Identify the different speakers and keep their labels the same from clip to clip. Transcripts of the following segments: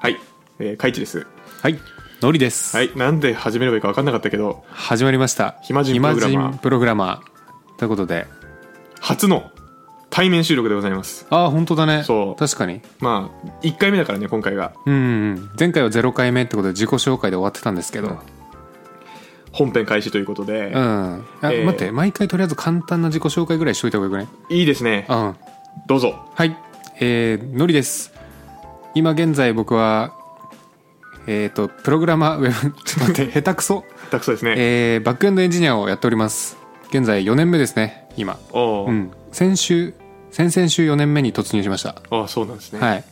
Speaker 1: はい、えー、カイチです
Speaker 2: はい、のりです。
Speaker 1: はいなんで始めればいいか分かんなかったけど
Speaker 2: 始まりました。
Speaker 1: 暇人プログラマー
Speaker 2: 暇人プログラマーということで、
Speaker 1: 初の対面収録でございます
Speaker 2: ああ本当だね。
Speaker 1: そう
Speaker 2: 確かに。
Speaker 1: まあ1回目だからね今回が
Speaker 2: うんうんうん。前回はゼロ回目ってことで自己紹介で終わってたんですけど。
Speaker 1: 本編開始ということで、
Speaker 2: うん。あ、
Speaker 1: えー
Speaker 2: 待って、毎回とりあえず簡単な自己紹介ぐらいしといた方がよくね。
Speaker 1: いいですね
Speaker 2: うん。
Speaker 1: どうぞ
Speaker 2: はい、えー、のりです。今現在僕は。えー、とプログラマーウェブ ちょっと待って下手く そ、
Speaker 1: たくさんですね、
Speaker 2: えー、バックエンドエンジニアをやっております現在4年目ですね今
Speaker 1: おお、
Speaker 2: うん、先週先々週4年目に突入しました、
Speaker 1: ああそうなんですねはい、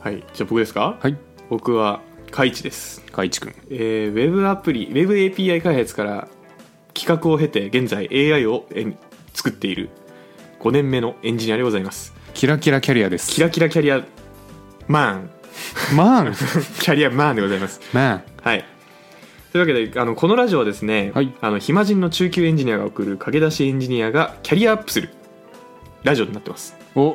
Speaker 2: はい
Speaker 1: じゃあ僕ですか、
Speaker 2: はい
Speaker 1: 僕はカイチです
Speaker 2: 海地君
Speaker 1: えー、ウェブアプリウェブ API 開発から企画を経て現在 AI をえん作っている5年目のエンジニアでございます
Speaker 2: キラキラキャリアです
Speaker 1: キラキラキャリアマン
Speaker 2: マン
Speaker 1: キャリアマンでございます
Speaker 2: マン
Speaker 1: はい。というわけで、あのこのラジオはですね、
Speaker 2: はい
Speaker 1: あの暇人の中級エンジニアが送る駆け出しエンジニアがキャリアアップするラジオになってます。
Speaker 2: おっ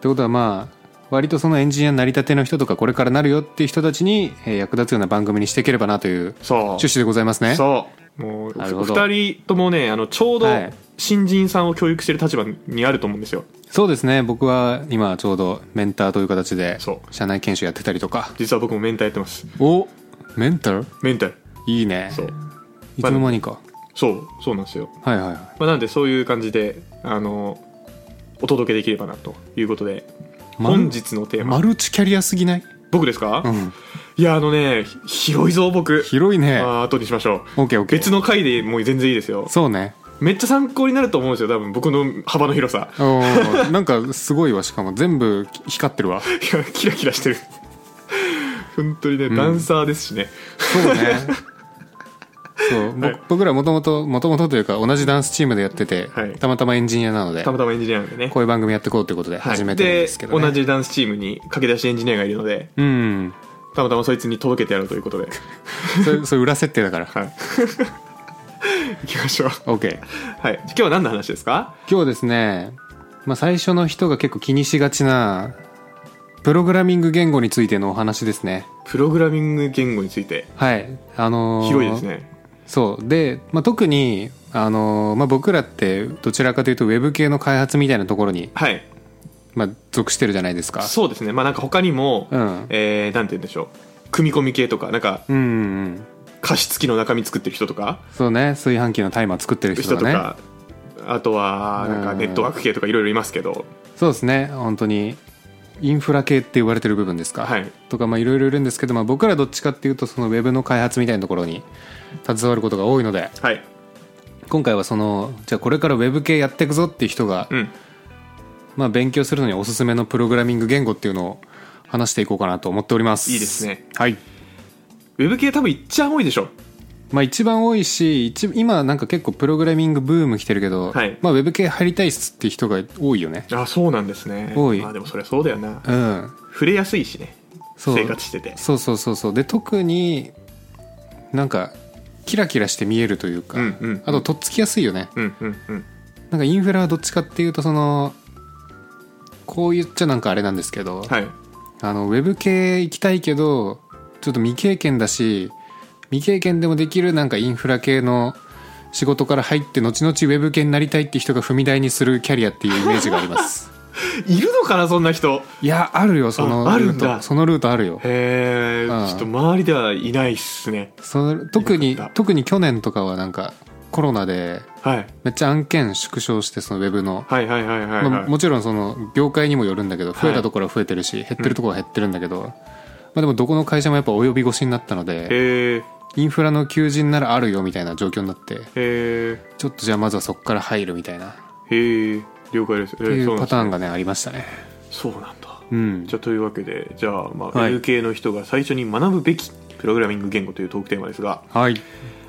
Speaker 2: てことはまあ割とそのエンジニアになりたての人とかこれからなるよっていう人たちにえー役立つような番組にしていければなという
Speaker 1: そう。
Speaker 2: 趣旨でございますね
Speaker 1: そう。もう
Speaker 2: なるほど
Speaker 1: 二人ともね、あのちょうど
Speaker 2: はい
Speaker 1: 新人さんを教育してる立場にあると思うんですよ。
Speaker 2: そうですね僕は今ちょうどメンターという形で
Speaker 1: そう
Speaker 2: 社内研修やってたりとか
Speaker 1: 実は僕もメンターやってます。
Speaker 2: おメンター
Speaker 1: メンタル。
Speaker 2: いいね
Speaker 1: そう。
Speaker 2: いつの間にか
Speaker 1: そう、そうなんですよ。
Speaker 2: はいはいは
Speaker 1: まあ、なのでそういう感じで、あの、お届けできればなということで、
Speaker 2: いマル
Speaker 1: 本日のテーマ、
Speaker 2: マルチキャリアすぎない
Speaker 1: 僕ですか、
Speaker 2: うん
Speaker 1: いや、あのね、ひ広いぞ、僕。
Speaker 2: 広いね
Speaker 1: あー後にしましょう。
Speaker 2: オッケーオッケー
Speaker 1: 別の回でもう全然いいですよ
Speaker 2: そうね
Speaker 1: めっちゃ参考になると思うんですよ多分僕の幅の広さ
Speaker 2: おーなんかすごいわしかも全部光ってるわ
Speaker 1: いやキラキラしてる本当にね、
Speaker 2: ん
Speaker 1: ダンサーですしね
Speaker 2: そうねそう僕,、
Speaker 1: はい
Speaker 2: 僕らもともともともとというか同じダンスチームでやってて、
Speaker 1: はい
Speaker 2: たまたまエンジニアなので
Speaker 1: たまたまエンジニアなんでね
Speaker 2: こういう番組やっていこうということで
Speaker 1: はい
Speaker 2: 始めてるんですけど、ね
Speaker 1: 同じダンスチームに駆け出しエンジニアがいるので
Speaker 2: うん
Speaker 1: たまたまそいつに届けてやろうということ で
Speaker 2: それそれ裏設定だから
Speaker 1: はい行きましょう
Speaker 2: OK
Speaker 1: はい今日は何の話ですか
Speaker 2: 今日ですね、まあ、最初の人が結構気にしがちなプログラミング言語についてのお話ですね
Speaker 1: プログラミング言語について
Speaker 2: はいあのー
Speaker 1: 広いですね
Speaker 2: そうで、まあ、特に、あのーまあ、僕らってどちらかというとウェブ系の開発みたいなところに、
Speaker 1: はい
Speaker 2: まあ、属してるじゃないですか
Speaker 1: そうですねまあなんか他にも、
Speaker 2: うん
Speaker 1: えー、なんて言うんでしょう組み込み系とかなんか
Speaker 2: うんうんうん
Speaker 1: 加湿器の中身作ってる人とか
Speaker 2: そうね炊飯器のタイマー作ってる人
Speaker 1: 人
Speaker 2: と
Speaker 1: と
Speaker 2: かね
Speaker 1: か、あとはなんか
Speaker 2: うん
Speaker 1: ネットワーク系とかいろいろいますけど、
Speaker 2: そうですね本当にインフラ系って呼ばれてる部分ですか、
Speaker 1: はい
Speaker 2: とかまあいろいろいるんですけど、まあ、僕らどっちかっていうとそのウェブの開発みたいなところに携わることが多いので
Speaker 1: はい、
Speaker 2: 今回はそのじゃあこれからウェブ系やっていくぞっていう人が、
Speaker 1: うん、
Speaker 2: まあ、勉強するのにおすすめのプログラミング言語っていうのを話していこうかなと思っております
Speaker 1: いいですね
Speaker 2: はい
Speaker 1: ウェブ系多分いっちゃ多いでしょ
Speaker 2: まあ、一番多いし一今なんか結構プログラミングブーム来てるけど、
Speaker 1: はい
Speaker 2: まあ、ウェブ系入りたいっすって人が多いよね
Speaker 1: あそうなんですね
Speaker 2: 多い
Speaker 1: まあでもそりゃそうだよな
Speaker 2: うん
Speaker 1: 触れやすいしね
Speaker 2: そう
Speaker 1: 生活してて
Speaker 2: そうそうそうそうで特になんかキラキラして見えるというか、
Speaker 1: うんうん
Speaker 2: あととっつきやすいよね
Speaker 1: うんうんうん
Speaker 2: なんかインフラはどっちかっていうとそのこう言っちゃなんかあれなんですけど、
Speaker 1: はい
Speaker 2: あのウェブ系行きたいけどちょっと未経験だし未経験でもできるなんかインフラ系の仕事から入って後々ウェブ系になりたいって人が踏み台にするキャリアっていうイメージがあります
Speaker 1: いるのかなそんな人
Speaker 2: いやあるよその
Speaker 1: ああ
Speaker 2: ル
Speaker 1: る
Speaker 2: ー
Speaker 1: ん
Speaker 2: ト
Speaker 1: だ
Speaker 2: そのルートあるよ
Speaker 1: へえち
Speaker 2: うん
Speaker 1: ょっと周りではいないっすね
Speaker 2: その特に
Speaker 1: よかった
Speaker 2: 特に去年とかはなんかコロナで
Speaker 1: はい
Speaker 2: めっちゃ案件縮小してそのウェブの、
Speaker 1: はいはいはいはいはい、
Speaker 2: まあ、もちろんその業界にもよるんだけど増えたところは増えてるし、減ってるところは減ってるんだけど、まあ、でもどこの会社もやっぱ及び腰になったので
Speaker 1: へえ
Speaker 2: インフラの求人ならあるよみたいな状況になって
Speaker 1: へ
Speaker 2: ちょっとじゃあまずはそこから入るみたいなっ
Speaker 1: えへえ了解ですえ
Speaker 2: てい
Speaker 1: ーそうなん
Speaker 2: うパ
Speaker 1: です
Speaker 2: ターンがねありましたね
Speaker 1: そうなんだ
Speaker 2: うん
Speaker 1: じゃあというわけでじゃあ、まあ、ウ
Speaker 2: はい
Speaker 1: ェブ系の人が最初に学ぶべきプログラミング言語というトークテーマですが
Speaker 2: はい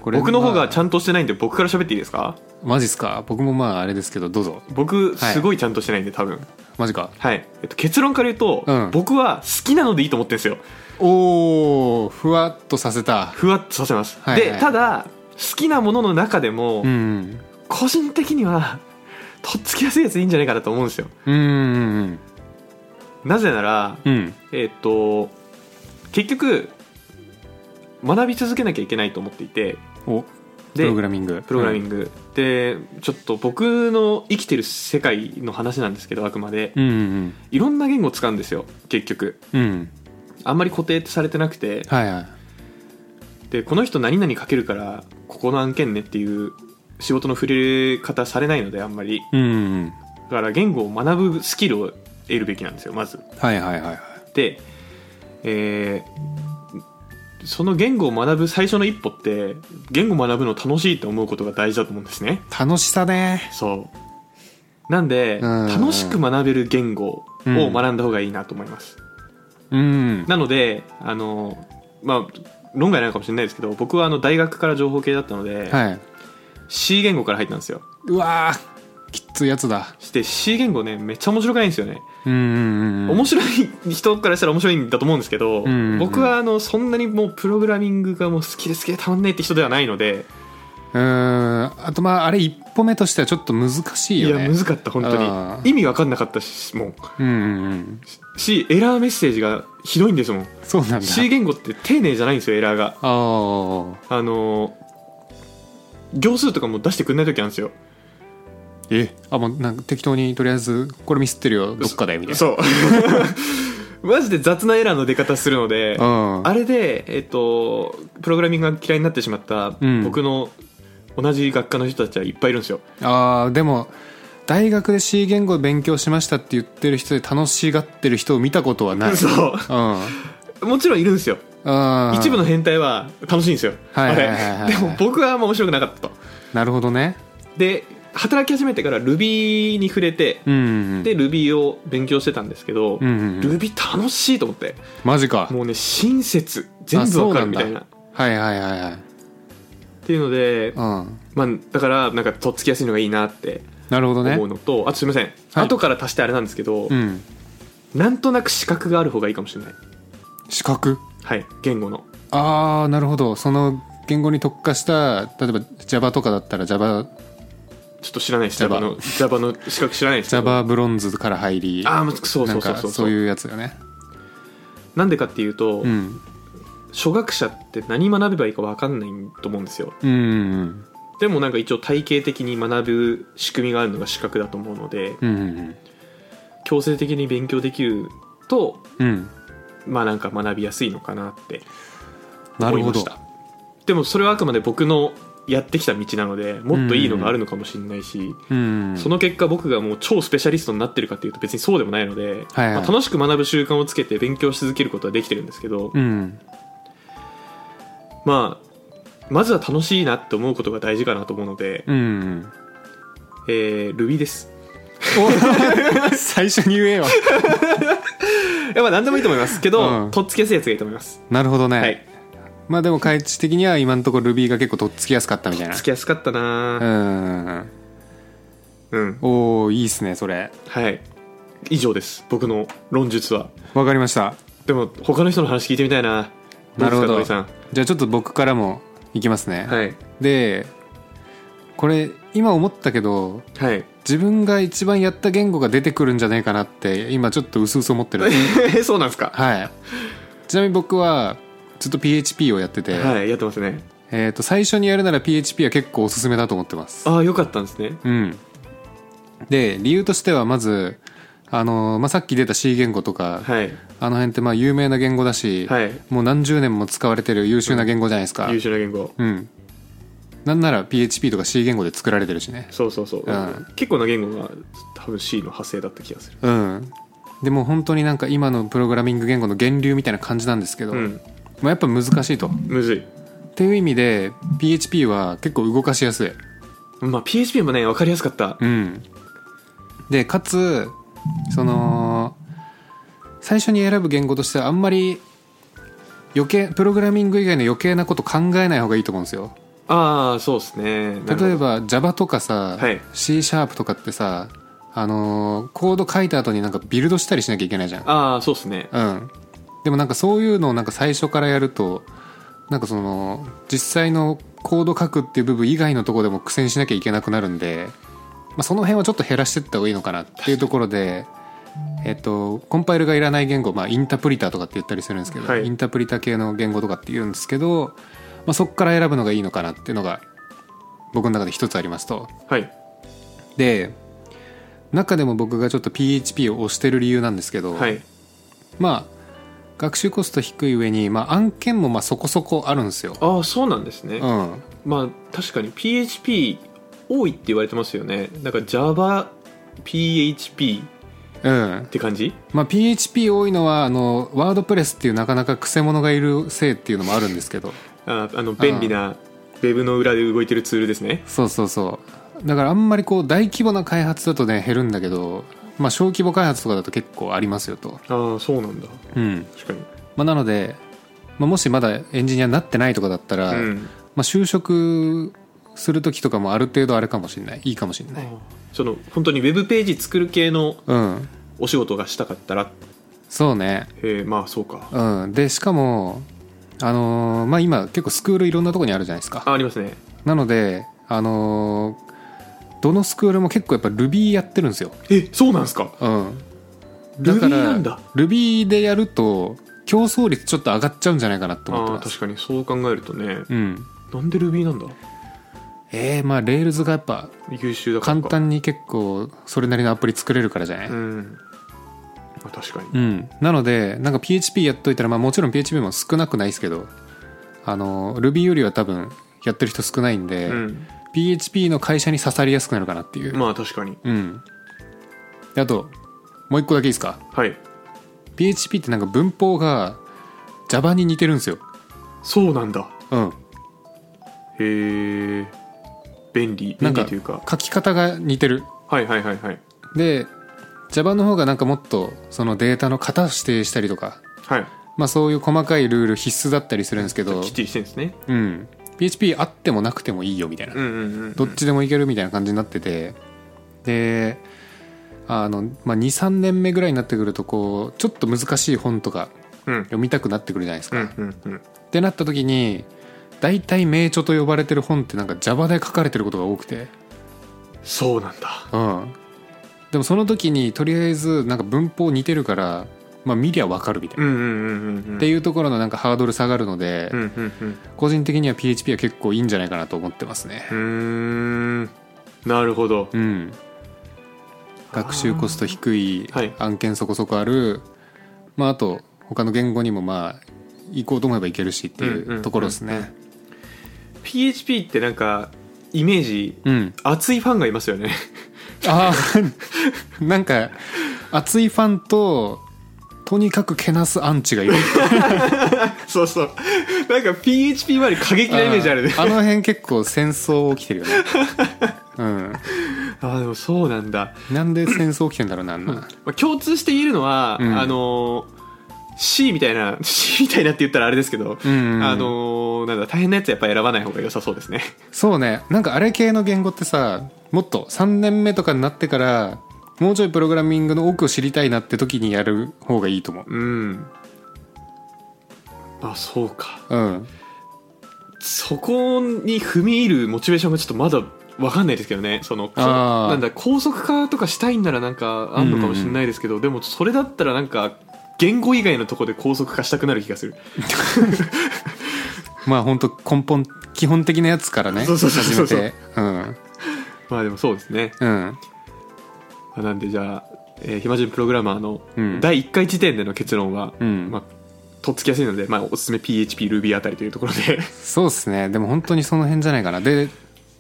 Speaker 2: これ
Speaker 1: 僕の方
Speaker 2: ま
Speaker 1: が
Speaker 2: あ
Speaker 1: ちゃんとしてないんで僕から喋っていいですか
Speaker 2: マジっすか僕もまああれですけどどうぞ
Speaker 1: 僕
Speaker 2: はい
Speaker 1: すごいちゃんとしてないんで多分
Speaker 2: マジか
Speaker 1: はい、えっと、結論から言うと、
Speaker 2: うん
Speaker 1: 僕は好きなのでいいと思ってるんですよ
Speaker 2: おーふわっとさせた
Speaker 1: ふわっとさせます、
Speaker 2: はいはい
Speaker 1: でただ好きなものの中でも、
Speaker 2: うん
Speaker 1: 個人的にはとっつきやすいやついいんじゃないかなと思うんですよ
Speaker 2: うんうんうん
Speaker 1: なぜなら
Speaker 2: うん
Speaker 1: えっと結局学び続けなきゃいけないと思っていて
Speaker 2: おプ
Speaker 1: で
Speaker 2: ログラミング
Speaker 1: プログラミング、でちょっと僕の生きてる世界の話なんですけどあくまで
Speaker 2: うんうん
Speaker 1: いろんな言語を使うんですよ結局
Speaker 2: うんうん
Speaker 1: あんまり固定ってされてなくて
Speaker 2: はいはい
Speaker 1: でこの人何々書けるからここの案件ねっていう仕事の触れ方されないのであんまり
Speaker 2: うんうん
Speaker 1: だから言語を学ぶスキルを得るべきなんですよまず
Speaker 2: はいはいはいはい
Speaker 1: で、えーその言語を学ぶ最初の一歩って言語を学ぶの楽しいと思うことが大事だと思うんですね
Speaker 2: 楽しさね
Speaker 1: そうなんで
Speaker 2: うん
Speaker 1: 楽しく学べる言語
Speaker 2: う
Speaker 1: を
Speaker 2: ん
Speaker 1: 学んだ方がいいなと思います、
Speaker 2: うん
Speaker 1: なのであのまあ論外になるかもしれないですけど僕はあの大学から情報系だったので、
Speaker 2: はい
Speaker 1: C 言語から入ったんですよ
Speaker 2: うわーきっついやつだ
Speaker 1: して C 言語ねめっちゃ面白くないんですよね、
Speaker 2: うんうんうん
Speaker 1: 面白い人からしたら面白いんだと思うんですけど、
Speaker 2: うんうんうん
Speaker 1: 僕はあのそんなにもうプログラミングがもう好きで好きでたまんないって人ではないので
Speaker 2: うーんあとまああれ一歩目としてはちょっと難しい
Speaker 1: い
Speaker 2: よ
Speaker 1: や
Speaker 2: ね
Speaker 1: 難かった本当
Speaker 2: あ
Speaker 1: に意味分かんなかったしも
Speaker 2: うんうんうん
Speaker 1: うしエラーメッセージがひどいんですもん
Speaker 2: そうなんだ
Speaker 1: C 言語って丁寧じゃないんですよエラーが
Speaker 2: ああ
Speaker 1: あの行数とかも出してくんない時あるんですよ
Speaker 2: えあもうなんか適当にとりあえずこれミスってるよどっかでみたいな
Speaker 1: そう マジで雑なエラーの出方するので
Speaker 2: うん
Speaker 1: あれで、えっと、プログラミングが嫌いになってしまった
Speaker 2: うん
Speaker 1: 僕の同じ学科の人たちはいっぱいいるんですよ、
Speaker 2: あーでも大学で C 言語を勉強しましたって言ってる人で楽しがってる人を見たことはない、うん、
Speaker 1: そ
Speaker 2: あ
Speaker 1: う もちろんいるんですよ
Speaker 2: ー
Speaker 1: 一部の変態は楽しいんですよ、
Speaker 2: はいはいはいはい
Speaker 1: あれでも僕はあんま面白くなかったと
Speaker 2: なるほどね
Speaker 1: で働き始めてから Ruby に触れて、
Speaker 2: うんうん
Speaker 1: で Ruby を勉強してたんですけど、
Speaker 2: うんうんうん
Speaker 1: Ruby 楽しいと思って
Speaker 2: マジか
Speaker 1: もうね親切全部わかるみたいな
Speaker 2: あはいはいはいはい
Speaker 1: っていうので、
Speaker 2: うん
Speaker 1: まあ、だからなんかとっつきやすいのがいいなって
Speaker 2: なるほどね
Speaker 1: 思うのと、あとすいません、
Speaker 2: はい
Speaker 1: 後から足してあれなんですけど、
Speaker 2: うん
Speaker 1: なんとなく資格がある方がいいかもしれない
Speaker 2: 資格
Speaker 1: はい言語の
Speaker 2: ああなるほどその言語に特化した例えば Java とかだったら Java
Speaker 1: ちょっと知らないです
Speaker 2: Java
Speaker 1: Java の Java の資格知らないですけど
Speaker 2: Java ブロンズから入り
Speaker 1: ああそう
Speaker 2: な
Speaker 1: そ
Speaker 2: ん
Speaker 1: うそう
Speaker 2: か
Speaker 1: そう
Speaker 2: そういうやつよね
Speaker 1: なんでかっていうと、
Speaker 2: うん
Speaker 1: 初学者って何学べばいいか分かんないと思うんですよ
Speaker 2: うんうん
Speaker 1: でもなんか一応体系的に学ぶ仕組みがあるのが資格だと思うので
Speaker 2: うんうん
Speaker 1: 強制的に勉強できると
Speaker 2: うんうん
Speaker 1: まあなんか学びやすいのかなって
Speaker 2: な
Speaker 1: 思
Speaker 2: る
Speaker 1: い
Speaker 2: ほ
Speaker 1: ま
Speaker 2: ど
Speaker 1: したでもそれはあくまで僕のやってきた道なのでもっといいのがあるのかもしれないし、
Speaker 2: うんうん
Speaker 1: その結果僕がもう超スペシャリストになってるかっていうと別にそうでもないので、
Speaker 2: はいはい
Speaker 1: まあ、楽しく学ぶ習慣をつけて勉強し続けることはできてるんですけど、
Speaker 2: うん
Speaker 1: まあまずは楽しいなって思うことが大事かなと思うので、
Speaker 2: うんうん
Speaker 1: えー、Ruby です
Speaker 2: お最初に言えよ
Speaker 1: いやまあ何でもいいと思いますけど、
Speaker 2: うん
Speaker 1: とっつきやすいやつがいいと思います
Speaker 2: なるほどね、
Speaker 1: はい
Speaker 2: まあでも開地的には今のところ Ruby が結構とっつきやすかったみたいな
Speaker 1: つきやすかったな
Speaker 2: う
Speaker 1: ー
Speaker 2: ん
Speaker 1: うん
Speaker 2: おおいいっすねそれ
Speaker 1: はい以上です僕の論述は
Speaker 2: わかりました
Speaker 1: でも他の人の話聞いてみたいな
Speaker 2: なるほ
Speaker 1: う
Speaker 2: ど
Speaker 1: ですか
Speaker 2: じゃあちょっと僕からもいきますね、
Speaker 1: 土井さんはい
Speaker 2: でこれ今思ったけど
Speaker 1: はい
Speaker 2: 自分が一番やった言語が出てくるんじゃないかなって今ちょっと薄々思ってる
Speaker 1: そうなんですか
Speaker 2: はいちなみに僕はずっと PHP をやってて、
Speaker 1: はいやってますね
Speaker 2: えー、と最初にやるなら PHP は結構おすすめだと思ってます
Speaker 1: ああよかったんですね
Speaker 2: うんで理由としてはまずあの、まあ、さっき出た C 言語とか、
Speaker 1: はい
Speaker 2: あの辺ってまあ有名な言語だし、
Speaker 1: はい
Speaker 2: もう何十年も使われてる優秀な言語じゃないですか
Speaker 1: 優秀な言語
Speaker 2: うん、なんなら PHP とか C 言語で作られてるしね
Speaker 1: そうそうそう、
Speaker 2: うん
Speaker 1: 結構な言語が多分 C の派生だった気がする
Speaker 2: うんでも本当になんか今のプログラミング言語の源流みたいな感じなんですけど、
Speaker 1: うん
Speaker 2: まあ、やっぱ難しいとっ
Speaker 1: むずい
Speaker 2: ていう意味で PHP は結構動かしやすい
Speaker 1: まあ PHP もね分かりやすかった
Speaker 2: うんでかつその最初に選ぶ言語としてはあんまり余計プログラミング以外の余計なこと考えない方がいいと思うんですよ
Speaker 1: ああそうですねなるほど
Speaker 2: 例えば Java とかさ、
Speaker 1: はい
Speaker 2: C シャープとかってさあのーコード書いた後になんかビルドしたりしなきゃいけないじゃん
Speaker 1: ああそうですね
Speaker 2: うんでもなんかそういうのをなんか最初からやるとなんかその実際のコード書くっていう部分以外のところでも苦戦しなきゃいけなくなるんで、まあ、その辺はちょっと減らしていった方がいいのかなっていうところで、えっと、コンパイルがいらない言語、まあ、インタープリターとかって言ったりするんですけど、
Speaker 1: はい
Speaker 2: インタープリター系の言語とかって言うんですけど、まあ、そこから選ぶのがいいのかなっていうのが僕の中で一つありますと
Speaker 1: はい
Speaker 2: で中でも僕がちょっと PHP を推してる理由なんですけど、
Speaker 1: はい
Speaker 2: まあ学習コスト低い上に、まあ、案件もまあそこそこあるんですよ。
Speaker 1: ああそうなんですね、
Speaker 2: うん、
Speaker 1: まあ確かに PHP 多いって言われてますよねなんか JavaPHP
Speaker 2: うん
Speaker 1: って感じ
Speaker 2: まあ、PHP 多いのはあのワードプレスっていうなかなかくせ者がいるせいっていうのもあるんですけど
Speaker 1: ああの便利なウェブの裏で動いてるツールですね
Speaker 2: そうそうそうだからあんまりこう大規模な開発だとね減るんだけど、まあ、小規模開発とかだと結構ありますよと、
Speaker 1: ああそうなんだ
Speaker 2: うん
Speaker 1: 確かに
Speaker 2: まあ、なので、まあ、もしまだエンジニアになってないとかだったら、
Speaker 1: うん
Speaker 2: まあ、就職する時とかもある程度あれかもしれないいいかもしれない
Speaker 1: その本当にウェブページ作る系の
Speaker 2: うん
Speaker 1: お仕事がしたかったら
Speaker 2: そうね
Speaker 1: えーまあそうか
Speaker 2: うんでしかもあのーまあ今結構スクールいろんなとこにあるじゃないですか
Speaker 1: あありますね
Speaker 2: なので、あのーどのスクールも結構やっぱ Ruby やってるんですよ。
Speaker 1: えそうなんですか
Speaker 2: うん。
Speaker 1: Ruby なんだ
Speaker 2: Ruby でやると競争率ちょっと上がっちゃうんじゃないかなと思って
Speaker 1: ああ
Speaker 2: ま
Speaker 1: 確
Speaker 2: す。
Speaker 1: かにそう考えるとね
Speaker 2: うん。
Speaker 1: なんで Ruby なんだ
Speaker 2: えー、まあ Rails がやっぱ
Speaker 1: 優秀だから
Speaker 2: 簡
Speaker 1: か
Speaker 2: 単に結構それなりのアプリ作れるからじゃない、う、
Speaker 1: うんん、まあ、確かに
Speaker 2: なので、なんか PHP やっといたら、まあもちろん PHP も少なくないですけど、あのー、Ruby よりは多分やってる人少ないんで、
Speaker 1: うん、
Speaker 2: PHP の会社に刺さりやすくなるかなっていう。
Speaker 1: まあ確かに
Speaker 2: うん。であと、もう一個だけいいですか
Speaker 1: はい
Speaker 2: PHP ってなんか文法が Java に似てるんですよ。
Speaker 1: そうなんだ
Speaker 2: うん。
Speaker 1: へえ便利便
Speaker 2: なんか
Speaker 1: 利というか
Speaker 2: 書き方が似てる。
Speaker 1: はいはいはいはい
Speaker 2: で、Java の方がなんかもっとそのデータの型を指定したりとか、
Speaker 1: はい
Speaker 2: まあそういう細かいルール必須だったりするんですけど
Speaker 1: きっ、ちりしてるんですね
Speaker 2: うん。PHP あってもなくてもいいよみたいな。
Speaker 1: うんうんうん
Speaker 2: どっちでもいけるみたいな感じになってて、で、あの、まあ2、3年目ぐらいになってくると、こう、ちょっと難しい本とか
Speaker 1: うん
Speaker 2: 読みたくなってくるじゃないです
Speaker 1: う
Speaker 2: か。
Speaker 1: んうんうん
Speaker 2: ってなった時に大体名著と呼ばれてる本ってなんか Java で書かれてることが多くて、
Speaker 1: そうなんだ
Speaker 2: うん、でもその時にとりあえずなんか文法似てるから、まあ、見りゃわかるみたいな、
Speaker 1: うんうんうんうんうん
Speaker 2: っていうところのなんかハードル下がるので、
Speaker 1: うんうんうん
Speaker 2: 個人的には PHP は結構いいんじゃないかなと思ってますね
Speaker 1: う、ーんなるほど
Speaker 2: うん、学習コスト低い
Speaker 1: はい
Speaker 2: 案件そこそこある、まあ、あと他の言語にもまあ行こうと思えばいけるしって
Speaker 1: うんうんうん
Speaker 2: いううんところですね
Speaker 1: PHP ってなんかイメージ
Speaker 2: うん
Speaker 1: 熱いファンがいます よね
Speaker 2: ああなんか熱いファンととにかくけなすアンチがいる
Speaker 1: そうそうなんか PHP 周り過激なイメージあるね
Speaker 2: ああの辺結構戦争起きてるよねうん
Speaker 1: ああでもそうなんだ
Speaker 2: なんで戦争起きてんだろうなあんな
Speaker 1: まあ、共通して言えるのは、
Speaker 2: うん
Speaker 1: あのー C みたいな C みたいなって言ったらあれですけど、
Speaker 2: うん
Speaker 1: あのーなんだ大変なやつやっぱ選ばない方が良さそうですね
Speaker 2: そうねなんかあれ系の言語ってさもっと3年目とかになってからもうちょいプログラミングの奥を知りたいなって時にやる方がいいと思う
Speaker 1: うんあそうか
Speaker 2: うん
Speaker 1: そこに踏み入るモチベーションがちょっとまだ分かんないですけどねそのこ
Speaker 2: あー
Speaker 1: なんだ高速化とかしたいんならなんかあんのかもしれないですけど、でもそれだったらなんか言語以外のとこで高速化したくなる気がする
Speaker 2: まあ本当根本基本的なやつからね
Speaker 1: そうそうそう
Speaker 2: 始
Speaker 1: そう
Speaker 2: めてうん
Speaker 1: まあでもそうですね
Speaker 2: うん
Speaker 1: まあなんでじゃあ、えー、暇人プログラマーの
Speaker 2: うん
Speaker 1: 第1回時点での結論は、
Speaker 2: うん
Speaker 1: まあ、とっつきやすいので、まあ、おすすめ PHP、Ruby あたりというところで
Speaker 2: そうですねでも本当にその辺じゃないかなで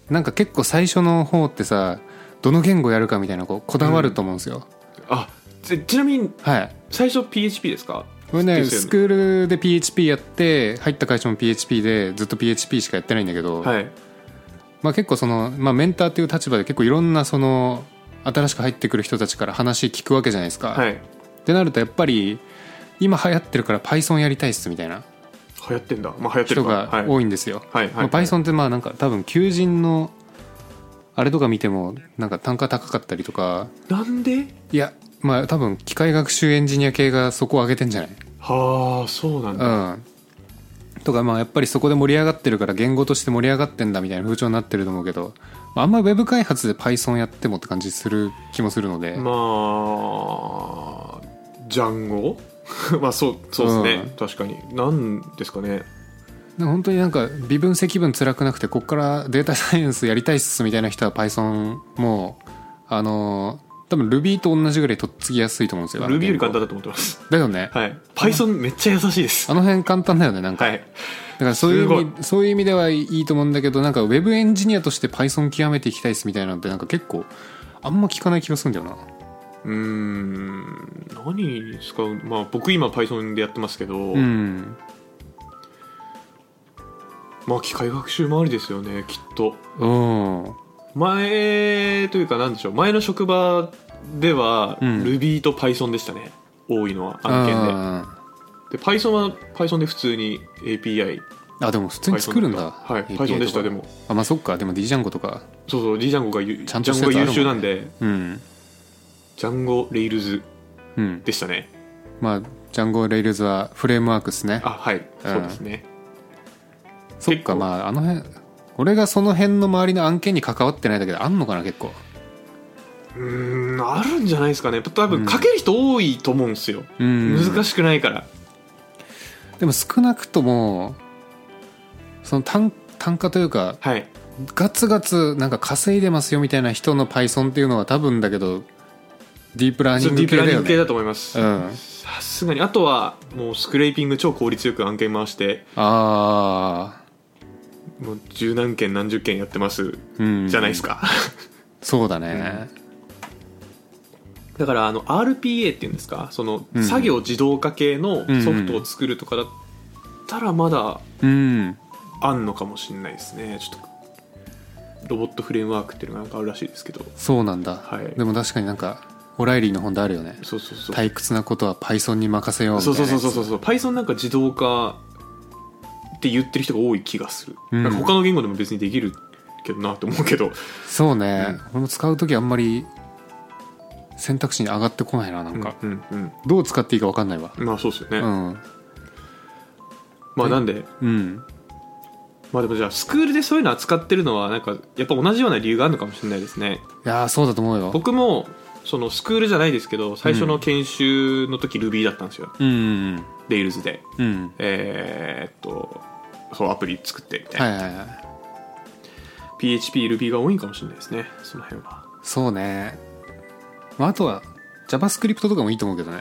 Speaker 2: なんか結構最初の方ってさどの言語やるかみたいなこうこだわると思うんですよ、
Speaker 1: あちちなみに
Speaker 2: はい
Speaker 1: 最初 PHP ですか
Speaker 2: これね
Speaker 1: ですよ
Speaker 2: スクールで PHP やって入った会社も PHP でずっと PHP しかやってないんだけど、
Speaker 1: はい
Speaker 2: まあ、結構その、まあ、メンターっていう立場で結構いろんなその新しく入ってくる人たちから話聞くわけじゃないですか、
Speaker 1: はい
Speaker 2: っ
Speaker 1: 流
Speaker 2: てなるとやっぱり今流行ってるから Python やりたいっすみたいな
Speaker 1: 行ってんだ、まあ、流行ってる
Speaker 2: 人
Speaker 1: か
Speaker 2: が
Speaker 1: はい、
Speaker 2: 多いんですよ、
Speaker 1: はいは
Speaker 2: ま
Speaker 1: い
Speaker 2: あ、Python ってまあなんか多分求人のあれとか見てもなんか単価高かったりとか
Speaker 1: なんで
Speaker 2: いやまあ多分機械学習エンジニア系がそこを上げてんじゃない
Speaker 1: はあそうなんだ、
Speaker 2: うんとかまあやっぱりそこで盛り上がってるから言語として盛り上がってんだみたいな風潮になってると思うけどまああんまウェブ開発で Python やってもって感じする気もするので、
Speaker 1: まあジャンゴ まあそうそうですね、
Speaker 2: うん
Speaker 1: 確かになんですかね
Speaker 2: なんか本当になんか微分積分辛くなくてこっからデータサイエンスやりたいっすみたいな人は Python もうあのー多分 Ruby と同じぐらいとっつきやすいと思うんですよ
Speaker 1: Ruby より簡単
Speaker 2: だ
Speaker 1: だと思ってます
Speaker 2: だよね、
Speaker 1: はい Python めっちゃ優しいです
Speaker 2: あの辺簡単だよねなんか、
Speaker 1: はい
Speaker 2: だからそういう
Speaker 1: すご
Speaker 2: 意
Speaker 1: い
Speaker 2: 味そういう意味ではいいと思うんだけどなんかウェブエンジニアとして Python 極めていきたいっすみたいなのってなんか結構あんま聞かない気がするんだよな
Speaker 1: うーん何に使うまあ僕今 Python でやってますけど、
Speaker 2: うん
Speaker 1: まあ機械学習周りですよねきっと
Speaker 2: うん
Speaker 1: 前というかなんでしょう前の職場では
Speaker 2: うん
Speaker 1: Ruby と Python でしたね、多いのは案件
Speaker 2: あ
Speaker 1: でで Python は Python で普通に API
Speaker 2: ーあでも普通に作るんだ
Speaker 1: はい
Speaker 2: API とか
Speaker 1: Python でしたでも
Speaker 2: あまあそっかでも D ジャンゴとか
Speaker 1: そうそう D ジャンゴがゆ
Speaker 2: ちゃんとし
Speaker 1: ジ
Speaker 2: た
Speaker 1: ャ
Speaker 2: や
Speaker 1: ン
Speaker 2: つ
Speaker 1: ゴ
Speaker 2: ある
Speaker 1: が
Speaker 2: もんね
Speaker 1: 優秀なんで
Speaker 2: うん
Speaker 1: ジャンゴレイルズ
Speaker 2: うん
Speaker 1: でしたね
Speaker 2: まあジャンゴレイルズはフレームワークですね
Speaker 1: あはい、そうですね
Speaker 2: そっ
Speaker 1: 結
Speaker 2: か
Speaker 1: 構
Speaker 2: まああの辺俺がその辺の周りの案件に関わってないだけであんのかな結構
Speaker 1: うーんあるんじゃないですかね多
Speaker 2: う
Speaker 1: 分
Speaker 2: ん
Speaker 1: 書ける人多いと思うんですよ、
Speaker 2: うん
Speaker 1: 難しくないから
Speaker 2: でも少なくともその単単価というか
Speaker 1: はい
Speaker 2: ガツガツなんか稼いでますよみたいな人の Python っていうのは多分だけどディープラーニ
Speaker 1: そ
Speaker 2: ン
Speaker 1: うデ
Speaker 2: グ
Speaker 1: ィープ
Speaker 2: 系
Speaker 1: ラーニ
Speaker 2: だ
Speaker 1: ン
Speaker 2: よ
Speaker 1: グ系
Speaker 2: ね
Speaker 1: だと思います、
Speaker 2: うん
Speaker 1: さすがにあとはもうスクレーピング超効率よく案件回して
Speaker 2: ああ
Speaker 1: もう十何件何十件やってます
Speaker 2: うん
Speaker 1: じゃないですか、
Speaker 2: そうだね、
Speaker 1: だからあの RPA っていうんですかその
Speaker 2: うん
Speaker 1: 作業自動化系の
Speaker 2: うん
Speaker 1: ソフトを作るとかだったらまだ
Speaker 2: うん、
Speaker 1: あんのかもしれないですねちょっとロボットフレームワークっていうのがなんかあるらしいですけど
Speaker 2: そうなんだ、
Speaker 1: はい
Speaker 2: でも確かになんかオライリーの本であるよね
Speaker 1: そうそうそう
Speaker 2: 退屈なことは Python に任せようみた
Speaker 1: そ
Speaker 2: いうな
Speaker 1: そう
Speaker 2: やつ
Speaker 1: そうそうそうそう Python なんか自動化って言ってる人が多い気がする、
Speaker 2: うん
Speaker 1: なんか他の言語でも別にできるけどなと思うけど
Speaker 2: そうね、俺も使う時あんまり選択肢に上がってこないななんか、
Speaker 1: うんうん
Speaker 2: どう使っていいか分かんないわ
Speaker 1: うんまあそうですよね、
Speaker 2: うん
Speaker 1: まあなんで
Speaker 2: うん
Speaker 1: まあでもじゃあスクールでそういうの扱ってるのはなんかやっぱ同じような理由があるのかもしれないですね
Speaker 2: いやーそうだと思うよ
Speaker 1: 僕もそのスクールじゃないですけど最初の研修の時 Ruby だったんですよ、
Speaker 2: うんうん
Speaker 1: レイルズで
Speaker 2: うんうん
Speaker 1: えーっとそうアプリ作ってみたいな、
Speaker 2: はいはいはい
Speaker 1: PHP、Ruby が多いんかもしれないですねその辺は
Speaker 2: そうね、まあ、あとは JavaScript とかもいいと思うけどね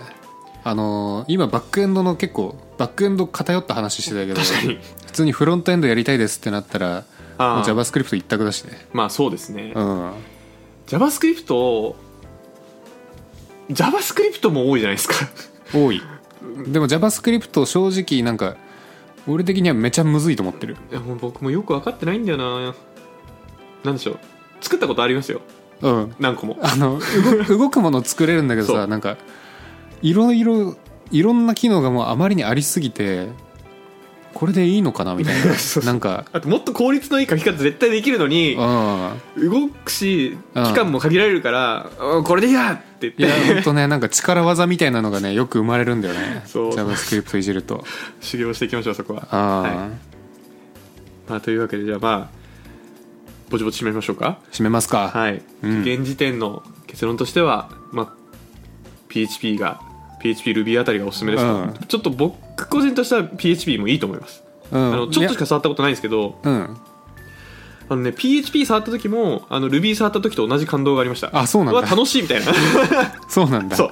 Speaker 2: あのー今バックエンドの結構バックエンド偏った話してたけど
Speaker 1: 確かに
Speaker 2: 普通にフロントエンドやりたいですってなったらもう
Speaker 1: あー
Speaker 2: JavaScript 一択だしね
Speaker 1: まあそうですね、
Speaker 2: うん
Speaker 1: JavaScript を JavaScript も多いじゃないですか
Speaker 2: 多いでも JavaScript 正直なんか俺的にはめちゃむずいと思ってる
Speaker 1: いやもう僕もよく分かってないんだよななんでしょう作ったことありますよ
Speaker 2: うん
Speaker 1: 何個も
Speaker 2: あの 動く動くもの作れるんだけど
Speaker 1: そ
Speaker 2: さ
Speaker 1: う
Speaker 2: なんかいろいろいろんな機能がもうあまりにありすぎてこれでいいのかなみたい
Speaker 1: そうそ
Speaker 2: な
Speaker 1: う
Speaker 2: なんか
Speaker 1: あともっと効率のいい書き方絶対できるのに
Speaker 2: うん
Speaker 1: 動くし
Speaker 2: うん
Speaker 1: 期間も限られるからうんこれでいいやって
Speaker 2: い
Speaker 1: 言
Speaker 2: や
Speaker 1: って
Speaker 2: 本当ねなんか力技みたいなのがねよく生まれるんだよね
Speaker 1: そう
Speaker 2: JavaScript いじると
Speaker 1: 修行していきましょうそこは、
Speaker 2: ああ、
Speaker 1: まあ、というわけでじゃあまあぼちぼち締めましょうか
Speaker 2: 締めますか、
Speaker 1: はい、
Speaker 2: うん
Speaker 1: 現時点の結論としては、まあ、PHP が PHPRuby あたりがおすすめですと、
Speaker 2: うん
Speaker 1: ちょっと僕個人としては PHP もいいと思います、
Speaker 2: うん
Speaker 1: あのちょっと
Speaker 2: い
Speaker 1: しか触ったことないんですけど
Speaker 2: やうん
Speaker 1: あの、ね、PHP 触った時もあの Ruby 触った時と同じ感動がありました
Speaker 2: あそうなんだ
Speaker 1: わ楽しいみたいな
Speaker 2: そうなんだ
Speaker 1: そう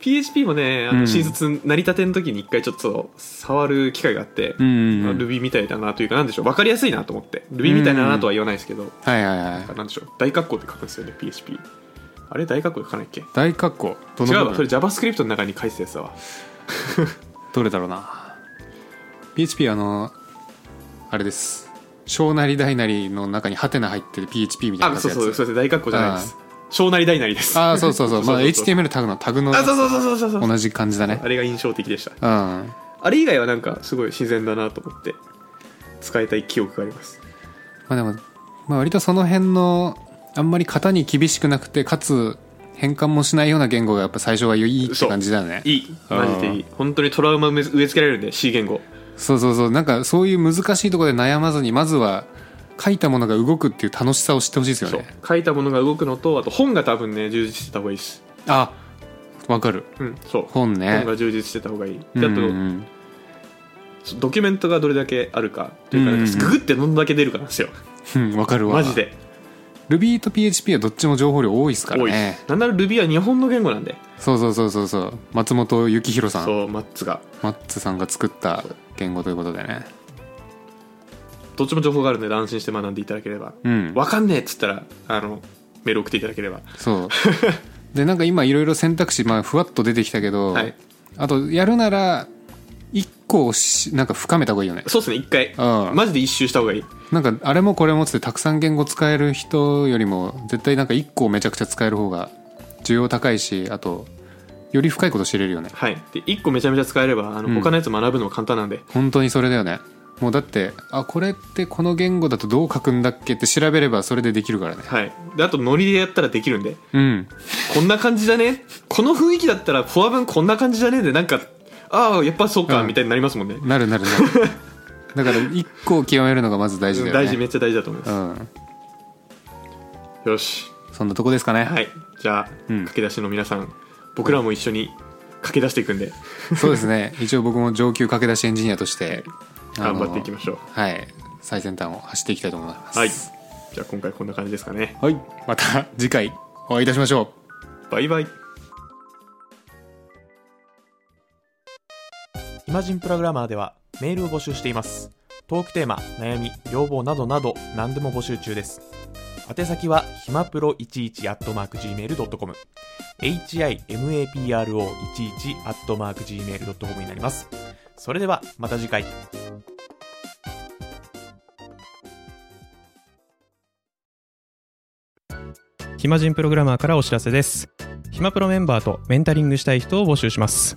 Speaker 1: PHP もねあ
Speaker 2: うん
Speaker 1: の新卒成り立ての時に一回ちょっと触る機会があって、
Speaker 2: うんうんうん
Speaker 1: まあ Ruby みたいだなというかなんでしょう分かりやすいなと思って Ruby みたいだなとは言わないですけど、
Speaker 2: はいはいはい
Speaker 1: なんでしょう大括弧で書くんですよね PHP あれ大括弧で書かないっけ
Speaker 2: 大括弧ど
Speaker 1: 違う
Speaker 2: の
Speaker 1: わ
Speaker 2: 部
Speaker 1: それ
Speaker 2: 分
Speaker 1: JavaScript の中に書いてたやつだわ
Speaker 2: どれだろうな PHP あのあれです小なり大なりの中にハテナ入ってる PHP みたいな
Speaker 1: あ
Speaker 2: やつ
Speaker 1: そうそうそうです大括弧じゃないです小なり大なりです
Speaker 2: あーそうそうそうまあ
Speaker 1: そうそうそう
Speaker 2: HTML タグのタグの
Speaker 1: あそうそうそうそうそうそう
Speaker 2: 同じ感じだね
Speaker 1: あれが印象的でした
Speaker 2: うん
Speaker 1: あれ以外はなんかすごい自然だなと思って使いたい記憶があります
Speaker 2: まあでも、まあ、割とその辺のあんまり型に厳しくなくてかつ変換もしないような言語がやっぱ最初はいいって感じだよね
Speaker 1: いいマジでいい本当にトラウマ植え付けられるんで C 言語
Speaker 2: そうそうそうなんかそういう難しいところで悩まずにまずは書いたものが動くっていう楽しさを知ってほしいですよ
Speaker 1: そう
Speaker 2: ね
Speaker 1: 書いたものが動くのとあと本が多分ね充実してた方がいいです
Speaker 2: あわかる
Speaker 1: うんそう
Speaker 2: 本ね
Speaker 1: 本が充実してた方がいい、
Speaker 2: うん
Speaker 1: で
Speaker 2: う
Speaker 1: あ
Speaker 2: んう
Speaker 1: と
Speaker 2: ん
Speaker 1: ドキュメントがどれだけあるかというかなんか
Speaker 2: うん
Speaker 1: ググってどんだけ出るかなんですよ
Speaker 2: うんわかるわ
Speaker 1: マジで
Speaker 2: Ruby と PHP はどっちも情報量多いですから
Speaker 1: 多いで
Speaker 2: ね
Speaker 1: すなんなら Ruby は日本の言語なんで
Speaker 2: そうそうそうそうそう松本幸宏さん
Speaker 1: そうマッツが
Speaker 2: マッツさんが作った言語ということでね
Speaker 1: どっちも情報があるので安心して学んでいただければ
Speaker 2: うん
Speaker 1: わかんねえっつったらあのメール送っていただければ
Speaker 2: そうでなんか今いろいろ選択肢、まあ、ふわっと出てきたけど、
Speaker 1: はい
Speaker 2: あとやるなら一個をしなんか深めた方がいいよね
Speaker 1: そうですね一回
Speaker 2: うん
Speaker 1: マジで一周した方がいい
Speaker 2: なんかあれもこれもっつってたくさん言語使える人よりも絶対なんか1個をめちゃくちゃ使える方が需要高いしあとより深いこと知れるよね
Speaker 1: はいで1個めちゃめちゃ使えればあの
Speaker 2: うん
Speaker 1: 他のやつ学ぶのも簡単なんで、
Speaker 2: 本当にそれだよねもうだってあこれってこの言語だとどう書くんだっけって調べればそれでできるからね
Speaker 1: はいであとノリでやったらできるんで
Speaker 2: うん
Speaker 1: こんな感じじゃねこの雰囲気だったらフォア文こんな感じじゃねでなんかああやっぱそうか、
Speaker 2: うん
Speaker 1: みたいになりますもんね
Speaker 2: なるなるなる だから1個を極めるのがまず大事だよね
Speaker 1: 大事めっちゃ大事だと思います、
Speaker 2: うん
Speaker 1: よし
Speaker 2: そんなとこですかね、
Speaker 1: はいじゃあ、
Speaker 2: うん
Speaker 1: 駆け出しの皆さん僕らも一緒に駆け出していくんで
Speaker 2: そうですね一応僕も上級駆け出しエンジニアとしてあ
Speaker 1: 頑
Speaker 2: の
Speaker 1: 張っていきましょう
Speaker 2: はい最先端を走っていきたいと思います
Speaker 1: はいじゃあ今回こんな感じですかね
Speaker 2: はい、また次回お会いいたしましょう
Speaker 1: バイバイ
Speaker 3: イマジンプログラマーではメールを募集していますトークテーマ悩み要望などなど何でも募集中です宛先はひまプロ11 at mark gmail.com himapro11 at mark gmail.com になりますそれではまた次回
Speaker 4: 暇人プログラマーからお知らせです暇プロメンバーとメンタリングしたい人を募集します